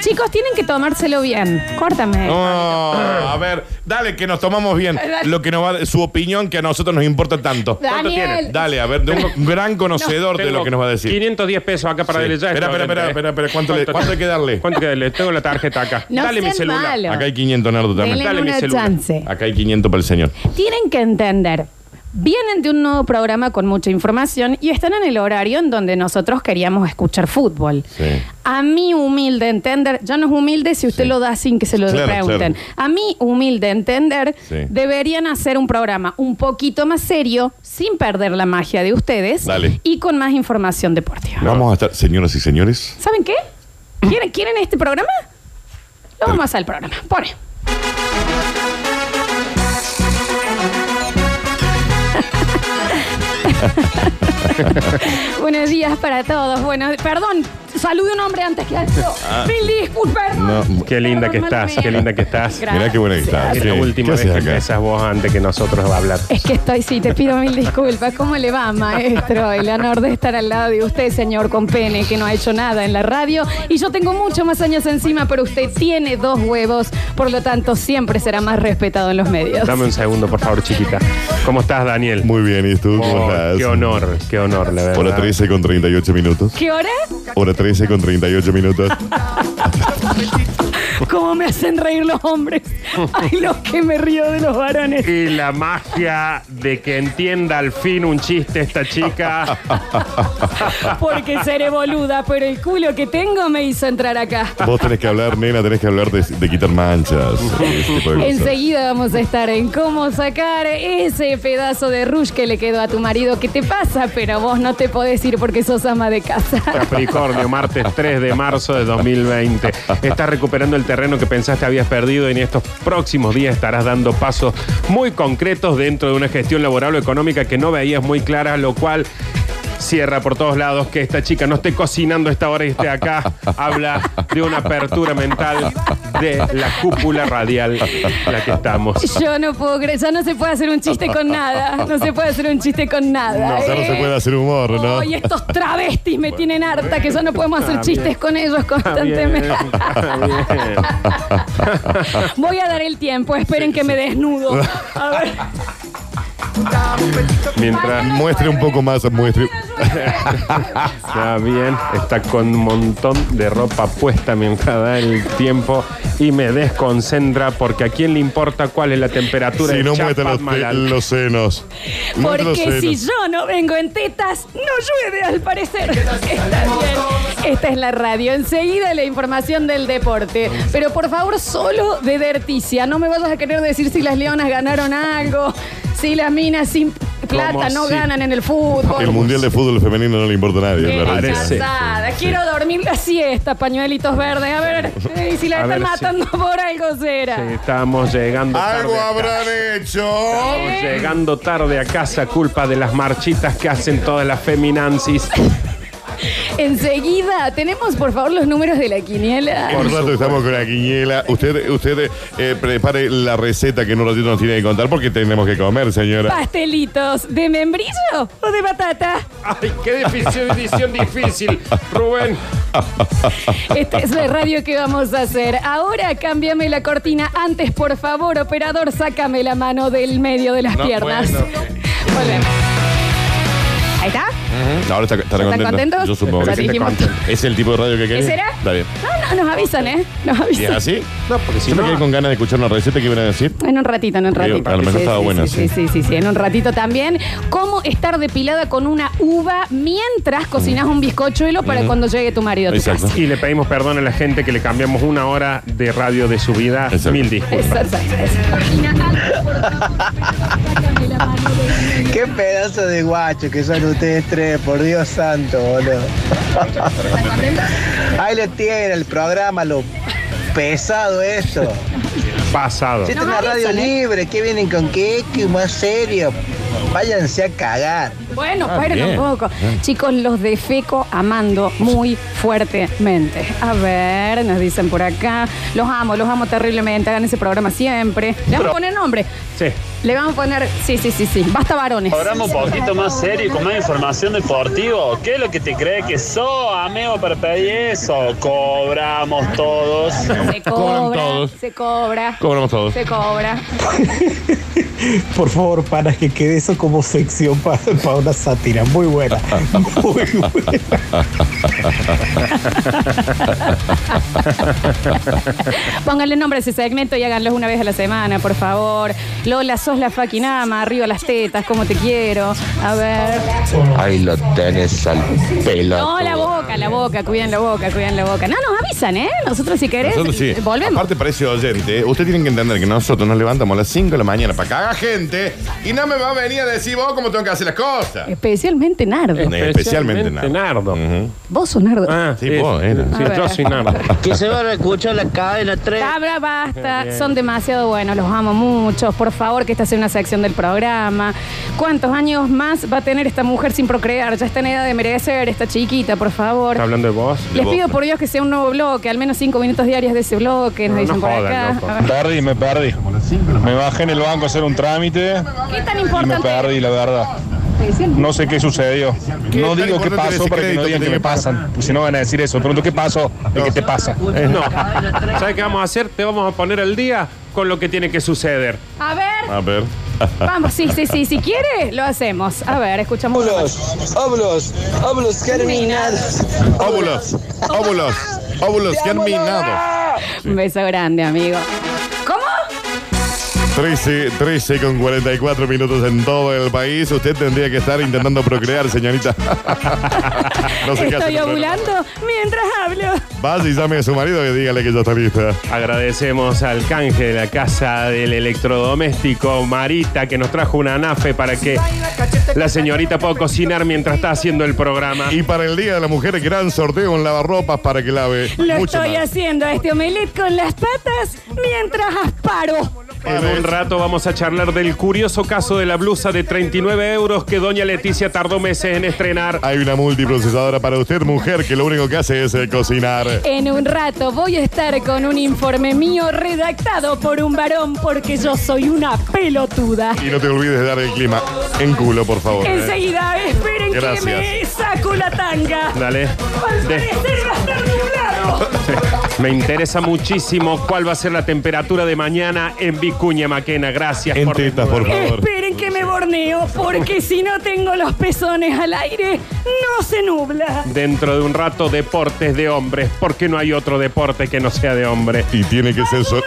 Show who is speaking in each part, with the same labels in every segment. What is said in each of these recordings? Speaker 1: Chicos, tienen que tomárselo bien. Córtame.
Speaker 2: No, a ver, dale, que nos tomamos bien.
Speaker 1: Dale.
Speaker 2: Lo que nos va, su opinión que a nosotros nos importa tanto.
Speaker 1: Daniel.
Speaker 2: Dale, a ver, de un gran conocedor de
Speaker 3: Tengo
Speaker 2: lo que nos va a decir.
Speaker 3: 510 pesos acá para
Speaker 2: Sí.
Speaker 3: darle ya.
Speaker 2: Espera,
Speaker 3: esto,
Speaker 2: espera,
Speaker 3: gente,
Speaker 2: espera,
Speaker 3: ¿eh?
Speaker 2: espera, espera, ¿cuánto le- cuánto hay que darle?
Speaker 3: ¿Cuánto hay que darle? Tengo la tarjeta acá.
Speaker 1: No
Speaker 3: Dale mi
Speaker 1: sean
Speaker 3: celular.
Speaker 1: malos.
Speaker 2: Acá hay 500, Nardo, también.
Speaker 1: Denle
Speaker 3: Dale mi
Speaker 1: una
Speaker 3: celular.
Speaker 1: chance.
Speaker 2: Acá hay 500 para el señor.
Speaker 1: Tienen que entender. Vienen de un nuevo programa con mucha información y están en el horario en donde nosotros queríamos escuchar fútbol.
Speaker 2: Sí.
Speaker 1: A mí humilde entender, ya no es humilde si usted
Speaker 2: Sí.
Speaker 1: lo da sin que se lo
Speaker 2: Claro,
Speaker 1: pregunten.
Speaker 2: claro.
Speaker 1: A mí humilde entender,
Speaker 2: Sí.
Speaker 1: deberían hacer un programa un poquito más serio, sin perder la magia de ustedes
Speaker 2: Dale.
Speaker 1: y con más información deportiva.
Speaker 2: Vamos a estar, señoras y señores.
Speaker 1: ¿Saben qué? ¿Quieren, quieren este programa? Lo vamos a hacer el programa. Pone. Buenos días para todos. Bueno, perdón, salude un hombre antes que a otro.
Speaker 2: Ah.
Speaker 1: Mil disculpas, perdón.
Speaker 2: No,
Speaker 3: Qué linda que estás, qué linda que estás.
Speaker 1: Gracias.
Speaker 2: Mirá qué buena que está.
Speaker 3: Es la
Speaker 2: Sí. ¿Qué
Speaker 3: última vez
Speaker 2: haces
Speaker 3: que
Speaker 2: acá?
Speaker 3: empezás vos antes que nosotros va a hablar.
Speaker 1: Es que estoy, sí, te pido mil disculpas. ¿Cómo le va, maestro? El honor de estar al lado de usted, señor con pene, que no ha hecho nada en la radio. Y yo tengo mucho más años encima, pero usted tiene dos huevos, por lo tanto siempre será más respetado en los medios.
Speaker 3: Dame un segundo, por favor, chiquita. ¿Cómo estás, Daniel?
Speaker 2: Muy bien, ¿y tú? ¿Cómo
Speaker 3: Oh,
Speaker 2: estás?
Speaker 3: Qué honor, qué honor, la verdad.
Speaker 2: Hora 13 con 38 minutos.
Speaker 1: ¿Qué hora?
Speaker 2: Hora 13 con 38 minutos.
Speaker 1: ¿Cómo me hacen reír los hombres? Ay, los que me río de los varones.
Speaker 3: Y la magia de que entienda al fin un chiste esta chica.
Speaker 1: Porque seré boluda, pero el culo que tengo me hizo entrar acá.
Speaker 2: Vos tenés que hablar, nena, tenés que hablar de, de quitar manchas. ese tipo de cosas.
Speaker 1: Enseguida eh. vamos a estar en cómo sacar ese pedazo de rush que le quedó a tu marido. ¿Qué te pasa? Pero vos no te podés ir porque sos ama de casa.
Speaker 3: Capricornio, martes 3 de marzo de 2020. Estás recuperando el terreno que pensaste habías perdido y en estos próximos días estarás dando pasos muy concretos dentro de una gestión laboral o económica que no veías muy clara, lo cual cierra por todos lados que esta chica no esté cocinando a esta hora y esté acá. Habla de una apertura mental de la cúpula radial en la que estamos.
Speaker 1: Yo no puedo creer, ya no se puede hacer un chiste con nada. No se puede hacer un chiste con nada.
Speaker 2: No, ya no
Speaker 1: ¿eh?
Speaker 2: se puede hacer humor, ¿no?
Speaker 1: Ay, estos travestis me tienen harta, que ya no podemos hacer
Speaker 3: Está bien.
Speaker 1: chistes con ellos
Speaker 3: Está bien,
Speaker 1: constantemente.
Speaker 3: está bien.
Speaker 1: Voy a dar el tiempo, esperen que me desnudo. A ver.
Speaker 3: Mientras
Speaker 2: Muestre un poco más, muestre.
Speaker 3: Está Ah, bien, está con un montón de ropa puesta mientras da el tiempo y me desconcentra porque a quién le importa cuál es la temperatura
Speaker 2: Si
Speaker 3: de
Speaker 2: no
Speaker 3: Chapa
Speaker 2: muestra los,
Speaker 3: Malal.
Speaker 2: los senos. Muestra los
Speaker 1: Porque si
Speaker 2: senos.
Speaker 1: yo no vengo en tetas, no llueve al parecer. Está bien. Esta es la radio. Enseguida la información del deporte. Pero por favor, solo de Derticia. No me vayas a querer decir si las leonas ganaron algo, si las minas sin plata
Speaker 3: ¿Cómo
Speaker 1: no
Speaker 3: si?
Speaker 1: ganan en el fútbol.
Speaker 2: El mundial de fútbol femenino no le importa a nadie.
Speaker 1: Qué
Speaker 2: es verdad.
Speaker 3: parece.
Speaker 1: cansada. Quiero dormir la siesta, pañuelitos verdes. A ver, eh, si la
Speaker 3: A
Speaker 1: están
Speaker 3: ver, sí.
Speaker 1: matando por algo será.
Speaker 3: Sí, Estamos llegando
Speaker 2: Algo
Speaker 3: tarde a
Speaker 2: habrán
Speaker 3: casa.
Speaker 2: hecho.
Speaker 3: Estamos llegando tarde a casa, culpa de las marchitas que hacen todas las feminancis.
Speaker 1: Enseguida, tenemos por favor los números de la quiniela.
Speaker 2: Por rato estamos con la quiniela. Usted, usted eh, prepare la receta que en un ratito nos tiene que contar porque tenemos que comer, señora.
Speaker 1: ¿Pastelitos de membrillo o de batata?
Speaker 3: Ay, qué difícil, edición difícil, Rubén.
Speaker 1: Esta Este es la radio que vamos a hacer. Ahora cámbiame la cortina. Antes, por favor, operador, sácame la mano del medio de las
Speaker 2: No,
Speaker 1: piernas.
Speaker 2: bueno.
Speaker 1: Volvemos. Ahí está.
Speaker 2: Ahora está, estará
Speaker 1: ¿Están
Speaker 2: contenta.
Speaker 1: contentos?
Speaker 2: Yo supongo.
Speaker 1: Ya
Speaker 2: que sí.
Speaker 1: dijimos.
Speaker 2: ¿Es el tipo de radio que
Speaker 1: ¿Qué
Speaker 2: querés?
Speaker 1: será?
Speaker 2: Está bien.
Speaker 1: No, no, nos avisan, ¿eh? Nos
Speaker 2: ¿Y es
Speaker 1: avisan.
Speaker 2: así?
Speaker 3: No, porque si
Speaker 2: Yo me
Speaker 3: no.
Speaker 2: quedé con ganas de escuchar una receta que iban a decir.
Speaker 1: En un ratito, en un
Speaker 2: Digo,
Speaker 1: ratito.
Speaker 2: a lo mejor estaba buena,
Speaker 1: Sí sí, sí, sí, sí, en un ratito también. ¿Cómo estar depilada con una uva mientras cocinas un bizcochuelo para cuando llegue tu marido a tu
Speaker 2: Mm. Exacto.
Speaker 1: casa?
Speaker 3: Y le pedimos perdón a la gente que le cambiamos una hora de radio de su vida.
Speaker 2: Exacto.
Speaker 3: Mil disculpas.
Speaker 1: Exacto.
Speaker 4: Qué pedazo de guacho que son ustedes tres, por Dios santo, boludo. Ahí lo tiene el programa, lo pesado esto.
Speaker 3: Pasado.
Speaker 4: Si esta es
Speaker 1: Nos
Speaker 4: una radio
Speaker 1: avisan, ¿eh?
Speaker 4: libre, ¿qué vienen con qué? ¿Qué más serio? Váyanse a cagar.
Speaker 1: Bueno,
Speaker 2: Ah,
Speaker 1: esperen un
Speaker 2: bien,
Speaker 1: poco.
Speaker 2: bien.
Speaker 1: Chicos, los defeco amando muy fuertemente. A ver, nos dicen por acá. Los amo, los amo terriblemente. Hagan ese programa siempre. Le vamos a poner nombre.
Speaker 3: Sí.
Speaker 1: Le vamos a poner. Sí, sí, sí, sí. Basta varones.
Speaker 5: Programa un poquito más serio y con más información deportiva. ¿Qué es lo que te cree que sos, amigo, para pedir eso? Cobramos todos.
Speaker 1: Se
Speaker 2: Cobran
Speaker 1: cobra.
Speaker 2: todos.
Speaker 1: Se cobra.
Speaker 2: Cobramos todos.
Speaker 1: Se cobra.
Speaker 6: Por favor, para que quede eso como sección para, para una sátira. Muy buena. Muy buena.
Speaker 1: Pónganle nombre a ese segmento y háganlo una vez a la semana, por favor. Lola, sos la fucking ama. Arriba las tetas, como te quiero. A ver.
Speaker 7: Ahí lo tenés al pelo.
Speaker 1: No, la boca, la boca, cuiden la boca, cuiden la boca. No, nos avisan, ¿eh? Nosotros si querés,
Speaker 2: Nosotros sí.
Speaker 1: volvemos.
Speaker 2: Aparte parece oyente. ¿eh? Ustedes tienen que entender que nosotros nos levantamos a las 5 de la mañana para cagar gente y no me va a venir a decir vos cómo tengo que hacer las cosas.
Speaker 1: Eh, Especialmente Nardo.
Speaker 2: Eh. Especialmente
Speaker 3: Nardo.
Speaker 1: Vos sos Nardo.
Speaker 3: Ah,
Speaker 2: Sí, vos, eh, Nardo.
Speaker 3: Sí,
Speaker 1: A ver.
Speaker 3: yo soy Nardo.
Speaker 8: Que se va a escuchar la cadena 3.
Speaker 1: Cabra, basta, son demasiado buenos, los amo mucho. Por favor, que esta sea una sección del programa. ¿Cuántos años más va a tener esta mujer sin procrear? Ya está en edad de merecer, está chiquita, por favor.
Speaker 3: ¿Está hablando de vos?
Speaker 1: Les pido por Dios que sea un nuevo bloque, al menos cinco minutos diarios de ese bloque, nos
Speaker 3: No, no
Speaker 1: dicen por
Speaker 3: jodan,
Speaker 1: acá.
Speaker 3: loco.
Speaker 1: A ver,
Speaker 9: Perdí, me perdí. Me bajé en el banco a hacer un trámite
Speaker 1: ¿Qué tan
Speaker 9: y me
Speaker 1: importante?
Speaker 9: perdí, la verdad.
Speaker 1: Especialmente.
Speaker 9: No sé qué sucedió. No
Speaker 2: tan
Speaker 9: digo qué
Speaker 2: importante era
Speaker 9: pasó
Speaker 2: ese
Speaker 9: para que
Speaker 2: crédito
Speaker 9: no digan
Speaker 2: que
Speaker 9: que
Speaker 2: te
Speaker 9: me pasan. Pues si no van a decir eso, pregunto qué pasó, de qué te pasa.
Speaker 3: Eh, no. ¿Sabes qué vamos a hacer? Te vamos a poner al día con lo que tiene que suceder.
Speaker 1: A ver,
Speaker 2: A ver.
Speaker 1: vamos, sí, sí, sí, si quiere, lo hacemos. A ver, escuchamos.
Speaker 4: óvulos, óvulos germinados.
Speaker 2: Óvulos. Óvulos. Óvulos germinados.
Speaker 1: Un beso grande, amigo. ¿Cómo?
Speaker 2: 13, 13 con 44 minutos en todo el país. Usted tendría que estar intentando procrear, señorita. No sé qué hace
Speaker 1: Estoy
Speaker 2: el programa.
Speaker 1: ovulando mientras hablo.
Speaker 2: Vaya y llame a su marido y dígale que ya está lista.
Speaker 3: Agradecemos al canje de la casa del electrodoméstico Marita que nos trajo una anafe para que la señorita pueda cocinar mientras está haciendo el programa.
Speaker 2: Y para el Día de la Mujer, gran sorteo en lavarropas para que lave.
Speaker 1: Lo
Speaker 2: Mucho
Speaker 1: estoy
Speaker 2: más.
Speaker 1: haciendo a este omelette con las patas mientras asparo.
Speaker 3: En un rato vamos a charlar del curioso caso de la blusa de 39 euros que doña Leticia tardó meses en estrenar.
Speaker 2: Hay una multiprocesadora para usted, mujer, que lo único que hace es eh, cocinar.
Speaker 1: En un rato voy a estar con un informe mío redactado por un varón porque yo soy una pelotuda.
Speaker 2: Y no te olvides de dar el clima en culo, por favor. eh.
Speaker 1: Enseguida, esperen
Speaker 2: Gracias.
Speaker 1: que me saco la tanga.
Speaker 3: Dale.
Speaker 1: Al
Speaker 3: De-
Speaker 1: parecer va a estar nublado.
Speaker 3: Me interesa muchísimo cuál va a ser la temperatura de mañana en Vicuña Maquena. Gracias
Speaker 2: En tetas, por favor.
Speaker 1: Esperen que me borneo porque si no tengo los pezones al aire, no se nubla.
Speaker 3: Dentro de un rato, deportes de hombres, porque no hay otro deporte que no sea de hombre.
Speaker 2: Y tiene que ser... so-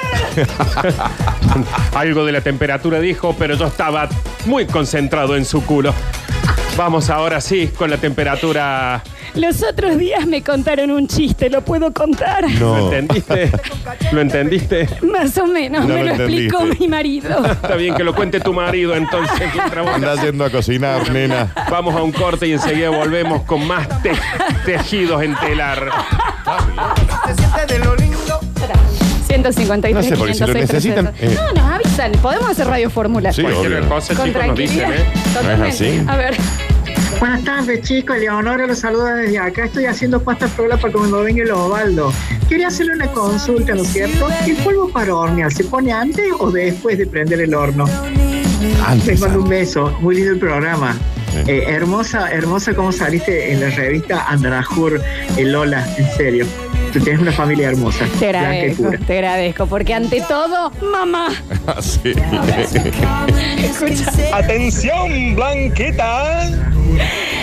Speaker 3: Algo de la temperatura dijo, pero yo estaba muy concentrado en su culo. Vamos ahora sí con la temperatura.
Speaker 1: Los otros días me contaron un chiste, ¿lo puedo contar?
Speaker 3: ¿Lo
Speaker 2: No.
Speaker 3: entendiste? ¿Lo entendiste?
Speaker 1: Más o menos,
Speaker 2: No
Speaker 1: me
Speaker 2: lo
Speaker 1: lo, explicó
Speaker 2: entendiste.
Speaker 1: mi marido.
Speaker 3: Está bien que lo cuente tu marido entonces. mientras vos-
Speaker 2: Anda yendo a cocinar, nena.
Speaker 3: Vamos a un corte y enseguida volvemos con más te- tejidos en telar.
Speaker 1: 153,
Speaker 2: No sé, porque si lo
Speaker 1: 506,
Speaker 2: necesitan,
Speaker 1: 300.
Speaker 2: eh.
Speaker 1: No, nos avisan, podemos hacer radio fórmula.
Speaker 2: Sí,
Speaker 3: Cualquier
Speaker 2: obvio.
Speaker 3: cosa,
Speaker 1: Con
Speaker 3: chicos, nos dicen,
Speaker 1: tranquilidad.
Speaker 3: ¿eh?
Speaker 1: Totalmente.
Speaker 2: ¿No es así?
Speaker 1: A ver,
Speaker 10: Buenas tardes, chicos. Leonora los saluda desde acá. Estoy haciendo pasta frola para cuando venga el Osvaldo. Quería hacerle una consulta, ¿no es cierto? ¿El polvo para hornear se pone antes o después de prender el horno? Les
Speaker 2: Antes.
Speaker 10: mando un beso. Muy lindo el programa.
Speaker 2: Sí.
Speaker 10: Eh, hermosa, hermosa como saliste en la revista Andrajur eh, Lola, en serio. Tú tienes una familia hermosa.
Speaker 1: te
Speaker 10: blanca y
Speaker 1: agradezco,
Speaker 10: pura.
Speaker 1: te agradezco, porque ante todo, mamá.
Speaker 2: Sí.
Speaker 1: Escucha,
Speaker 9: ¡Atención, Blanquita!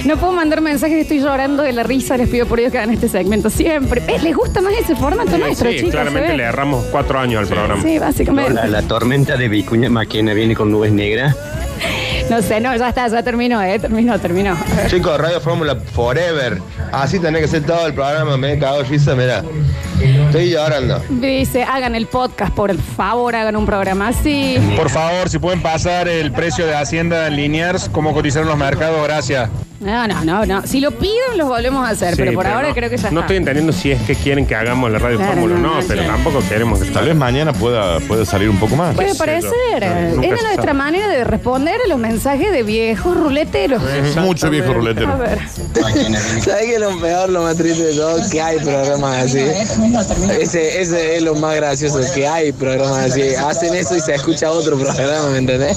Speaker 1: no puedo mandar mensajes, estoy llorando de la risa. Les pido por Dios que hagan este segmento siempre. Eh, ¿Les gusta más ese formato nuestro,
Speaker 3: Sí,
Speaker 1: chicos?
Speaker 3: claramente
Speaker 1: ¿Se
Speaker 3: le
Speaker 1: ve?
Speaker 3: erramos cuatro años al programa.
Speaker 1: Sí, básicamente.
Speaker 8: La, la tormenta de Vicuña Maquena viene con nubes negras.
Speaker 1: No sé, no, ya está, ya terminó, eh, terminó, terminó. A ver.
Speaker 7: Chicos, Radio Fórmula Forever. Así tenés que ser todo el programa. Me cago en risa, mira. Estoy llorando.
Speaker 1: Dice, hagan el podcast, por favor, hagan un programa así.
Speaker 9: Por favor, si pueden pasar el precio de Hacienda en Liniers, cómo cotizaron los mercados, gracias.
Speaker 1: No, no, no, no. Si lo piden, los volvemos a hacer,
Speaker 3: Sí,
Speaker 1: pero por ahora
Speaker 3: no-
Speaker 1: creo que ya
Speaker 3: No
Speaker 1: está.
Speaker 3: estoy entendiendo si es que quieren que hagamos la radio
Speaker 1: Claro,
Speaker 3: fórmula o
Speaker 1: no,
Speaker 3: no,
Speaker 1: no,
Speaker 3: pero
Speaker 1: sí.
Speaker 3: tampoco queremos que
Speaker 2: Tal vez mañana pueda, pueda salir un poco más.
Speaker 1: Puede
Speaker 3: sé yo.
Speaker 1: parecer.
Speaker 3: No, nunca
Speaker 1: Era
Speaker 3: se
Speaker 1: nuestra
Speaker 3: sabe.
Speaker 1: manera de responder a los mensajes de viejos ruleteros.
Speaker 2: Mucho viejo
Speaker 1: A
Speaker 2: ruletero.
Speaker 1: ver.
Speaker 4: ¿Sabes qué es lo peor, lo más triste de todo? Que hay programas así. Ese, ese es lo más gracioso, que hay programas así. Hacen eso y se escucha otro programa, ¿me entendés?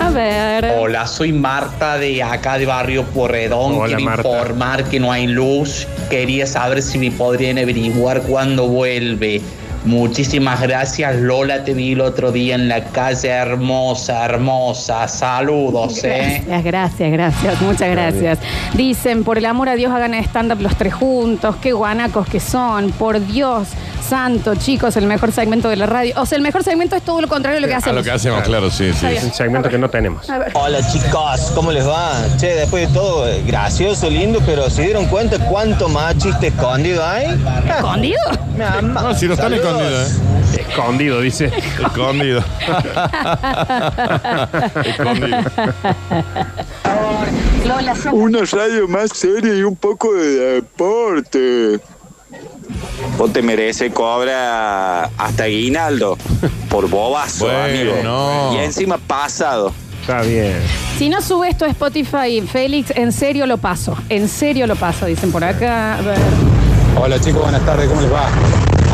Speaker 1: A ver.
Speaker 5: Hola, soy Marta de acá de Barrio Porredón.
Speaker 3: Hola,
Speaker 5: Quiero
Speaker 3: Marta.
Speaker 5: informar que no hay luz. Quería saber si me podrían averiguar cuándo vuelve. Muchísimas gracias, Lola. Te vi el otro día en la calle. Hermosa, hermosa. Saludos, ¿eh?
Speaker 1: Gracias, gracias, gracias, muchas gracias. Dicen, por el amor a Dios, hagan stand-up los tres juntos, qué guanacos que son, por Dios, santo, chicos, el mejor segmento de la radio. O sea, el mejor segmento es todo lo contrario a lo que
Speaker 2: A
Speaker 1: hacemos.
Speaker 2: Ah, lo que hacemos, claro, sí, sí.
Speaker 3: Es un segmento que no tenemos.
Speaker 1: A ver.
Speaker 11: Hola chicos, ¿cómo les va? Che, después de todo, eh, gracioso, lindo, pero ¿se dieron cuenta cuánto más chiste escondido hay?
Speaker 1: ¿Escondido?
Speaker 2: No, si no están escondidos, ¿eh?
Speaker 3: Escondido, dice.
Speaker 2: Escondido.
Speaker 12: Una radio más seria y un poco de deporte. Vos te mereces cobra hasta Guinaldo por bobazo,
Speaker 2: Bueno,
Speaker 12: amigo.
Speaker 2: no.
Speaker 12: Y encima pasado.
Speaker 3: Está bien.
Speaker 1: Si no sube esto a Spotify, Félix, en serio lo paso, en serio lo paso, dicen por acá. A ver.
Speaker 13: Hola chicos, buenas tardes, ¿cómo les va?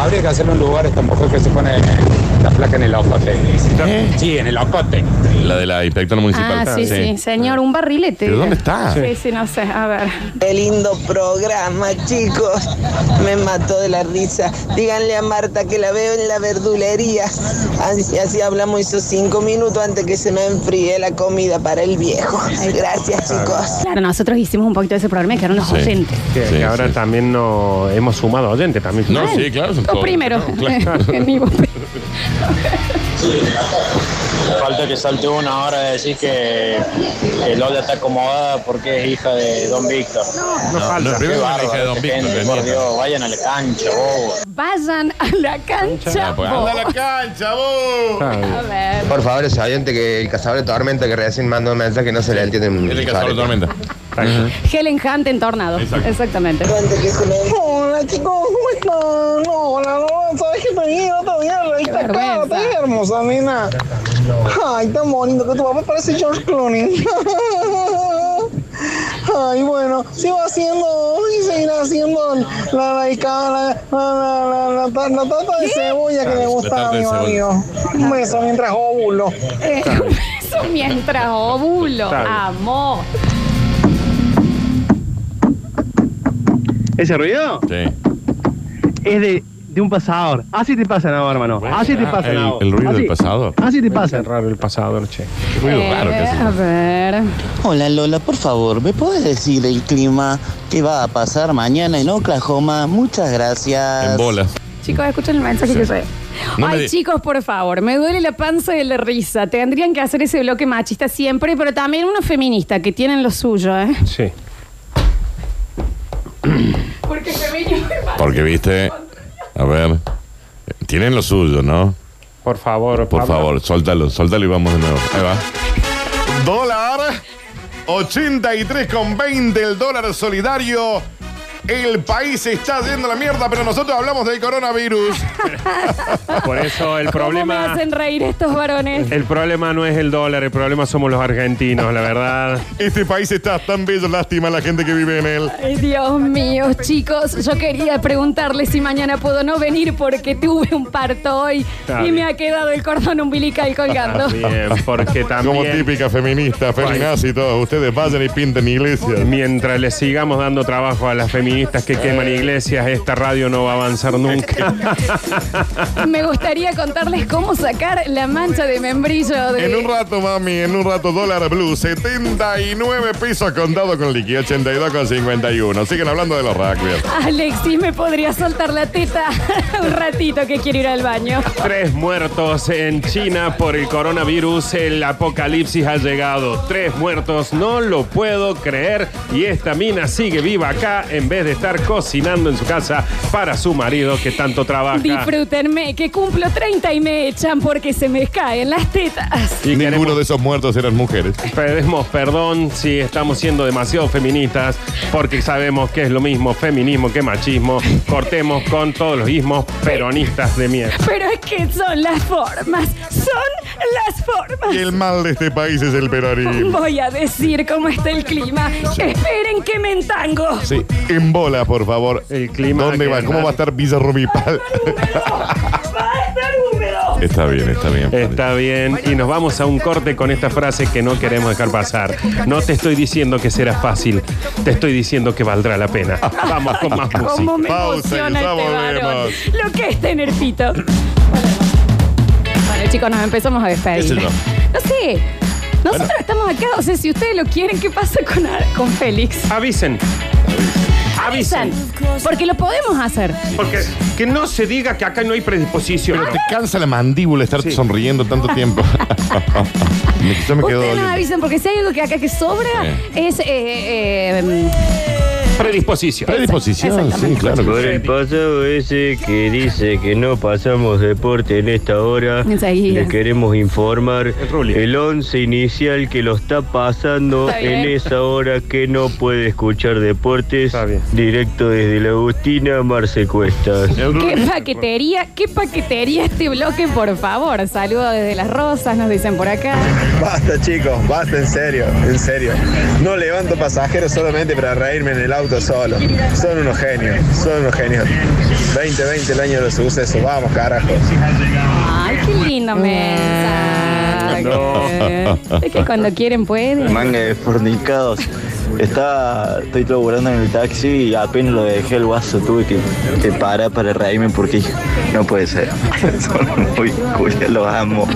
Speaker 13: Habría que hacerle un lugar a esta mujer que se pone la placa en el ocote.
Speaker 14: ¿Eh?
Speaker 13: Sí, en el ocote.
Speaker 2: La de la inspectora municipal.
Speaker 1: Ah, sí, sí, señor, un barrilete.
Speaker 2: ¿Pero dónde está?
Speaker 1: Sí, sí, no sé, a ver.
Speaker 10: Qué lindo programa, chicos. Me mató de la risa. Díganle a Marta que la veo en la verdulería. Así, así hablamos esos cinco minutos antes que se me enfríe la comida para el viejo. Gracias, chicos.
Speaker 1: Claro, nosotros hicimos un poquito de ese programa y quedaron los
Speaker 3: Sí.
Speaker 1: oyentes.
Speaker 3: Que, que ahora también no hemos sumado oyente también.
Speaker 1: No, Mal. sí,
Speaker 3: claro.
Speaker 1: Los primeros. En vivo.
Speaker 15: Falta que salte una hora de decir que, que Lola está acomodada porque es hija de Don Víctor.
Speaker 2: no falta.
Speaker 15: Qué
Speaker 2: lo primero es la hija de
Speaker 15: bárbaro
Speaker 2: Don
Speaker 15: esta
Speaker 2: Víctor,
Speaker 15: gente,
Speaker 2: de
Speaker 15: por
Speaker 2: mierda.
Speaker 15: Dios, vayan a la cancha, bobo.
Speaker 1: Vayan a la cancha.
Speaker 14: Ah, pues,
Speaker 1: vos.
Speaker 14: anda a la
Speaker 2: cancha, vos.
Speaker 1: A ver.
Speaker 14: Por favor, ese oyente que el cazador de tormenta que recién mandó un mensaje que no se le entiende.
Speaker 2: Es el cazador de tormenta.
Speaker 1: Helen Hunt en Tornado. Exactamente.
Speaker 4: Hola chicos, ¿cómo están? Hola, no, sabes que te vi otro día revista acá, te vi hermosa, nena. Ay, tan bonito que tu papá parece George Clooney. Ay, bueno, sigo haciendo y seguirá haciendo la laicada, la, la, la, la, la- la tarta de cebolla que
Speaker 2: Ah,
Speaker 4: me
Speaker 2: la
Speaker 4: gusta a
Speaker 2: tarta de
Speaker 4: mi
Speaker 2: cebolla.
Speaker 4: amigo. Un beso mientras óvulo.
Speaker 1: Eh, Eso mientras ovulo.
Speaker 4: Está bien.
Speaker 1: Amor.
Speaker 16: ¿Ese ruido?
Speaker 2: Sí.
Speaker 16: Es de, de un pasador. Así te pasan ahora, hermano. Así te pasan
Speaker 2: el,
Speaker 16: ahora.
Speaker 2: el ruido
Speaker 16: Así.
Speaker 2: del pasador.
Speaker 16: Así te
Speaker 3: Es
Speaker 16: pasan.
Speaker 3: raro el pasador, che.
Speaker 2: Qué ruido raro que
Speaker 1: Eh,
Speaker 2: hace.
Speaker 1: a ver.
Speaker 11: Hola Lola, por favor, ¿me puedes decir el clima que va a pasar mañana en Oklahoma? Muchas gracias.
Speaker 15: Eh,
Speaker 2: En bolas.
Speaker 1: Chicos, escuchen el mensaje
Speaker 11: Sí.
Speaker 1: que soy.
Speaker 2: No me
Speaker 1: Ay,
Speaker 2: di-
Speaker 1: chicos, por favor, me duele la panza de la risa. Tendrían que hacer ese bloque machista siempre, pero también uno feminista, que tienen lo suyo, ¿eh?
Speaker 3: Sí.
Speaker 1: Porque feminismo es malo.
Speaker 2: Porque viste. A ver. Tienen lo suyo, ¿no?
Speaker 3: Por favor,
Speaker 2: Por
Speaker 3: Pablo.
Speaker 2: favor, suéltalo, suéltalo y vamos de nuevo. Ahí va. Dólar 83,20 el dólar solidario. El país se está yendo a la mierda, pero nosotros hablamos del coronavirus.
Speaker 3: Por eso el
Speaker 1: ¿Cómo me
Speaker 3: problema.
Speaker 1: hacen reír estos varones?
Speaker 3: El problema no es el dólar, el problema somos los argentinos, la verdad.
Speaker 2: Este país está tan bello, lástima la gente que vive en él.
Speaker 1: Ay, Dios mío, chicos, yo quería preguntarles si mañana puedo no venir porque tuve un parto hoy
Speaker 3: Está
Speaker 1: y
Speaker 3: bien.
Speaker 1: me ha quedado el cordón umbilical colgando.
Speaker 3: Bien, porque también.
Speaker 2: Como típica feminista, feminazi y todos. Ustedes vayan y pinten iglesias.
Speaker 3: Mientras le sigamos dando trabajo a las feministas que queman iglesias, esta radio no va a avanzar nunca.
Speaker 1: Me gustaría contarles cómo sacar la mancha de membrillo de...
Speaker 2: En un rato, mami, en un rato, dólar blue, 79 pesos contado con liqui, 82,51. Siguen hablando de los rugby.
Speaker 1: Alexis, ¿me podría soltar la teta un ratito que quiero ir al baño?
Speaker 3: Tres muertos en China por el coronavirus. El apocalipsis ha llegado. Tres muertos, no lo puedo creer. Y esta mina sigue viva acá en vez de estar cocinando en su casa para su marido que tanto trabaja.
Speaker 1: Disfrútenme, que cumplo 30 y me echan porque se me caen las tetas.
Speaker 3: Y
Speaker 2: Ninguno de esos muertos eran mujeres.
Speaker 3: Pedimos perdón si estamos siendo demasiado feministas, porque sabemos que es lo mismo feminismo que machismo. Cortemos con todos los ismos peronistas de mierda.
Speaker 1: Pero es que son las formas, son las formas.
Speaker 2: Y el mal de este país es el peronismo.
Speaker 1: Voy a decir cómo está el clima. Esperen que me entango.
Speaker 2: Sí, en bola, por favor. El clima. ¿Dónde
Speaker 3: que
Speaker 2: va? ¿Cómo
Speaker 3: está-
Speaker 2: va a estar Villa Rumipal? Está bien, está bien.
Speaker 3: Está bien, y nos vamos a un corte con esta frase que no queremos dejar pasar. No te estoy diciendo que será fácil, te estoy diciendo que valdrá la pena. Vamos con más música.
Speaker 1: Cómo me emociona este varón. Lo que es tener pito. Bueno, chicos, nos empezamos a
Speaker 2: ¿Qué
Speaker 1: despedir.
Speaker 2: sé yo?
Speaker 1: No sé. Nosotros estamos acá, o sea, si ustedes lo quieren, ¿qué pasa con, Ar- con Félix?
Speaker 3: Avisen.
Speaker 1: Avisen. Porque lo podemos hacer.
Speaker 3: Porque que no se diga que acá no hay predisposición.
Speaker 2: Te
Speaker 1: Ah.
Speaker 2: cansa la mandíbula estar sonriendo tanto tiempo. Me- Yo me quedo.
Speaker 1: Ustedes nos avisan, porque si hay algo que acá que sobra, es. eh, eh, em,
Speaker 3: Predisposición.
Speaker 2: Predisposición, sí, claro.
Speaker 13: Por el pasado ese que dice que no pasamos deporte en esta hora,
Speaker 1: mm, Enseguida.
Speaker 13: le queremos informar el 11 inicial que lo está pasando
Speaker 1: Está bien.
Speaker 13: en esa hora que no puede escuchar deportes directo desde la Agustina Marce Cuestas.
Speaker 1: ¿Qué paquetería? ¿Qué paquetería este bloque, por favor? Saludos desde Las Rosas, nos dicen por acá.
Speaker 17: Basta chicos, basta en serio, en serio. No levanto pasajeros solamente para reírme en el auto solo. Son unos genios, son unos genios. 2020 el año de los sucesos, vamos carajo.
Speaker 1: Ay, qué lindo mensaje. Es que cuando quieren pueden.
Speaker 8: Manga de fornicados. Estaba, estoy laburando en el taxi y apenas lo dejé el guaso, tuve que, que parar para reírme porque dije, no puede ser. Son muy cool, los amo.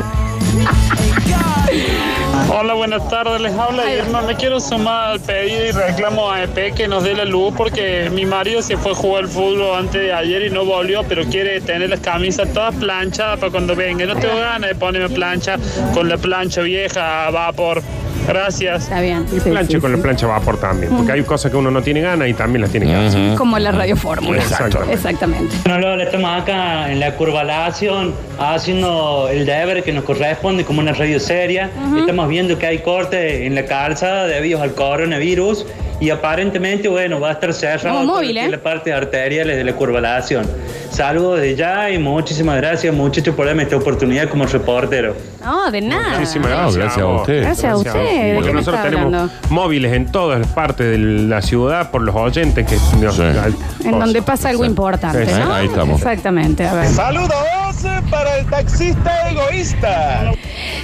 Speaker 5: Hola, buenas tardes, les habla Irma. Me quiero sumar al pedido y reclamo a EP que nos dé la luz porque mi marido se fue a jugar al fútbol antes de ayer y no volvió, pero quiere tener las camisas todas planchadas para cuando venga. No tengo ganas de ponerme plancha con la plancha vieja a vapor. Gracias.
Speaker 1: Está bien. Sí,
Speaker 3: Planche
Speaker 1: sí,
Speaker 3: con
Speaker 1: sí.
Speaker 3: la plancha vapor también, porque hay cosas que uno no tiene ganas y también las tiene que hacer.
Speaker 1: Como la radio fórmula.
Speaker 3: Exactamente.
Speaker 1: Exactamente.
Speaker 12: Bueno, Lola, estamos acá en la curvalación haciendo el deber que nos corresponde como una radio seria. Estamos viendo que hay corte en la calzada debido al coronavirus y aparentemente, bueno, va a estar cerrado
Speaker 1: Como móvil,
Speaker 12: todo
Speaker 1: ¿eh?
Speaker 12: la parte arterial de la curvalación. Saludos de ya y muchísimas gracias, muchachos, por darme esta oportunidad como reportero.
Speaker 1: No, de nada.
Speaker 3: Muchísimas
Speaker 2: No,
Speaker 3: gracias.
Speaker 2: gracias a usted.
Speaker 1: Gracias a usted. ¿De
Speaker 3: Porque
Speaker 1: qué me
Speaker 3: nosotros
Speaker 1: está
Speaker 3: tenemos
Speaker 1: hablando?
Speaker 3: móviles en todas partes de la ciudad por los oyentes que nos- al-
Speaker 1: En donde pasa algo importante,
Speaker 3: Exacto.
Speaker 1: ¿no?
Speaker 3: Ahí estamos.
Speaker 1: Exactamente. A ver.
Speaker 4: Saludos para el taxista egoísta.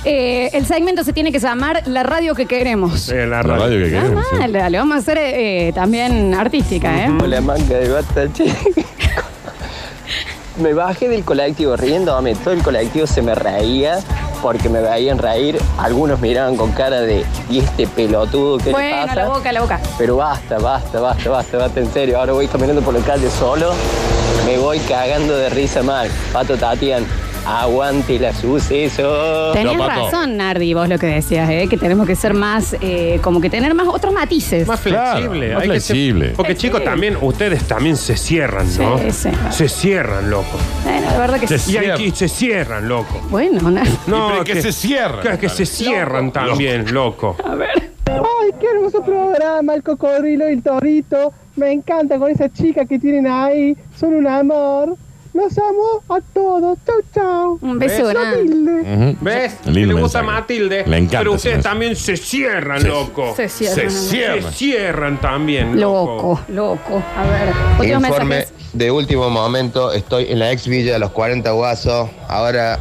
Speaker 1: Eh, el segmento se tiene que llamar La Radio que Queremos.
Speaker 3: Eh, la
Speaker 1: Ah,
Speaker 3: radio.
Speaker 2: que queremos, sí.
Speaker 1: Dale, dale, vamos a hacer eh, también artística, ¿eh?
Speaker 18: La manga de bata, che. Me bajé del colectivo riéndome, todo el colectivo se me reía porque me veían reír, algunos miraban con cara de ¿y este pelotudo qué le
Speaker 1: Bueno,
Speaker 18: pasa?
Speaker 1: la boca, la boca.
Speaker 18: Pero basta, basta, basta, basta, basta, en serio, ahora voy caminando por la calle solo, me voy cagando de risa mal. Pato Tatian, aguante la suceso.
Speaker 1: Tenés razón, Nardi, vos lo que decías, ¿eh? que tenemos que ser más, eh, como que tener más otros matices.
Speaker 3: Más flexible.
Speaker 2: más
Speaker 3: hay que ser-
Speaker 2: flexible.
Speaker 3: porque chicos, también ustedes también se cierran, ¿no?
Speaker 1: Sí, sí.
Speaker 3: Se cierran, loco.
Speaker 1: Bueno, Eh, la verdad que sí.
Speaker 3: Y hay que- se cierran, loco.
Speaker 1: Bueno, Nardi.
Speaker 3: No, que, se cierran. Que, se cierran también, loco.
Speaker 19: ¡Ay, qué hermoso programa! El cocodrilo y el torito. Me encanta con esa chica que tienen ahí. Son un amor. Los amo a todos. Chau, chau. Un
Speaker 3: beso grande.
Speaker 2: Ujú.
Speaker 3: ¿Ves?
Speaker 2: Lindo
Speaker 3: Que le
Speaker 2: mensaje.
Speaker 3: gusta a Matilde.
Speaker 2: Le encanta
Speaker 3: Pero
Speaker 2: ese
Speaker 3: ustedes
Speaker 2: mensaje.
Speaker 3: también se cierran,
Speaker 2: Se-
Speaker 3: loco.
Speaker 1: se cierran.
Speaker 3: Se cierran. Se cierran también,
Speaker 1: Loco, loco. A ver, otros
Speaker 7: Informe
Speaker 1: mensajes.
Speaker 7: de último momento, estoy en la ex villa de los 40 guasos. Ahora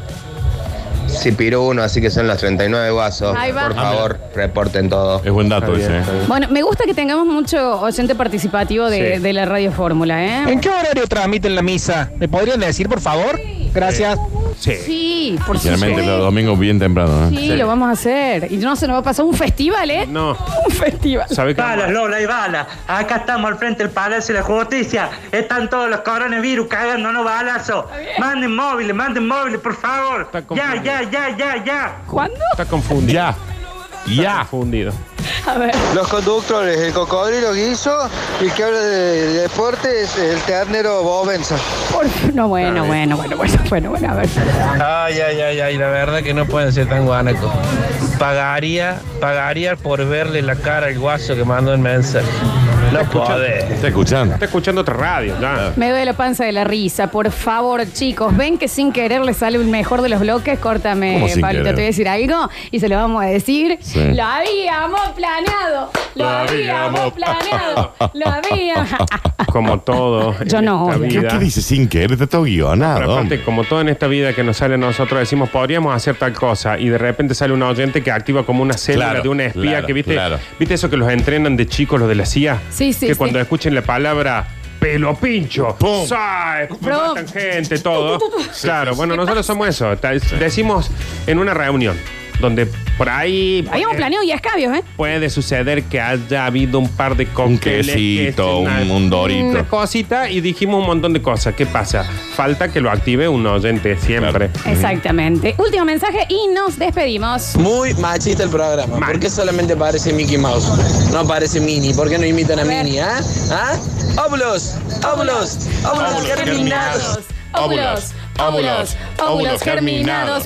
Speaker 7: se piró uno, así que son los 39 guasos.
Speaker 1: Ahí va.
Speaker 7: Por
Speaker 1: Ah,
Speaker 7: favor, reporten todo. Es
Speaker 2: buen dato ese. ¿eh?
Speaker 1: Bueno, me gusta que tengamos mucho oyente participativo de,
Speaker 7: Sí.
Speaker 1: de la radio fórmula, ¿eh?
Speaker 6: ¿En qué horario transmiten la misa? ¿Me podrían decir, por favor? Gracias.
Speaker 1: Sí, por
Speaker 2: Generalmente
Speaker 1: supuesto.
Speaker 2: los domingos bien temprano. ¿eh?
Speaker 1: Sí, lo vamos a hacer. Y no se nos va a pasar un festival, ¿eh?
Speaker 3: No.
Speaker 1: Un festival.
Speaker 12: Balas, Lola, y balas. Acá estamos al frente del Palacio de la Justicia. Están todos los coronavirus cagándonos balazos. Manden móviles, manden móviles, por favor. Ya, ya, ya, ya, ya.
Speaker 1: ¿Cuándo?
Speaker 3: Está confundido. Ya. Ya. Está confundido.
Speaker 1: A ver.
Speaker 10: Los conductores, el cocodrilo guiso y el que habla de deporte es el ternero Bobenson.
Speaker 1: No, bueno, bueno, bueno, bueno, bueno, bueno, a ver.
Speaker 20: Ay, ay, ay, ay, la verdad que no pueden ser tan guanacos. Pagaría, pagaría por verle la cara al guaso que mandó el mensaje. No puede.
Speaker 2: Está escuchando.
Speaker 3: Está escuchando otra radio, ya.
Speaker 1: Me duele la panza de la risa, por favor, chicos. Ven que sin querer le sale el mejor de los bloques. Córtame,
Speaker 2: ¿Cómo sin
Speaker 1: Pablito, te
Speaker 2: querer?
Speaker 1: voy a decir algo y se lo vamos a decir.
Speaker 2: Sí.
Speaker 1: Lo habíamos planeado. Lo,
Speaker 3: Lo
Speaker 1: habíamos
Speaker 3: habíamos
Speaker 1: planeado. Lo habíamos.
Speaker 3: Como todo. en
Speaker 1: Yo no
Speaker 3: esta
Speaker 1: odio.
Speaker 3: vida.
Speaker 2: ¿Qué dice sin querer? Está todo guionado.
Speaker 3: Pero aparte, como todo en esta vida que nos sale a nosotros, decimos, podríamos hacer tal cosa, y de repente sale un oyente que activa como una célula
Speaker 2: Claro,
Speaker 3: de una espía
Speaker 2: claro,
Speaker 3: que, ¿viste?
Speaker 2: claro.
Speaker 3: ¿Viste eso que los entrenan de chicos, los de la CIA?
Speaker 1: Sí, sí,
Speaker 3: Que
Speaker 1: sí.
Speaker 3: cuando escuchen la palabra pelo pincho, ¡sai!
Speaker 1: Prom.
Speaker 3: matan gente, todo. claro, bueno, nosotros somos eso. Ta- Decimos en una reunión, donde por ahí...
Speaker 1: Habíamos planeado y escabios, ¿eh?
Speaker 3: Puede suceder que haya habido un par de cócteles.
Speaker 2: quesito,
Speaker 3: que-
Speaker 2: un- un dorito.
Speaker 3: Una cosita y dijimos un montón de cosas. ¿Qué pasa? Falta que lo active un oyente siempre.
Speaker 1: Exactamente. Último mensaje y nos despedimos.
Speaker 20: Muy machista el programa. ¿Por qué solamente aparece Mickey Mouse? No aparece Minnie. ¿Por qué no imitan a, Minnie? ¿Ah? ¿Ah? ¡Óvulos! ¡Óvulos! ¡Óvulos germinados!
Speaker 1: Óvulos, óvulos, óvulos germinados.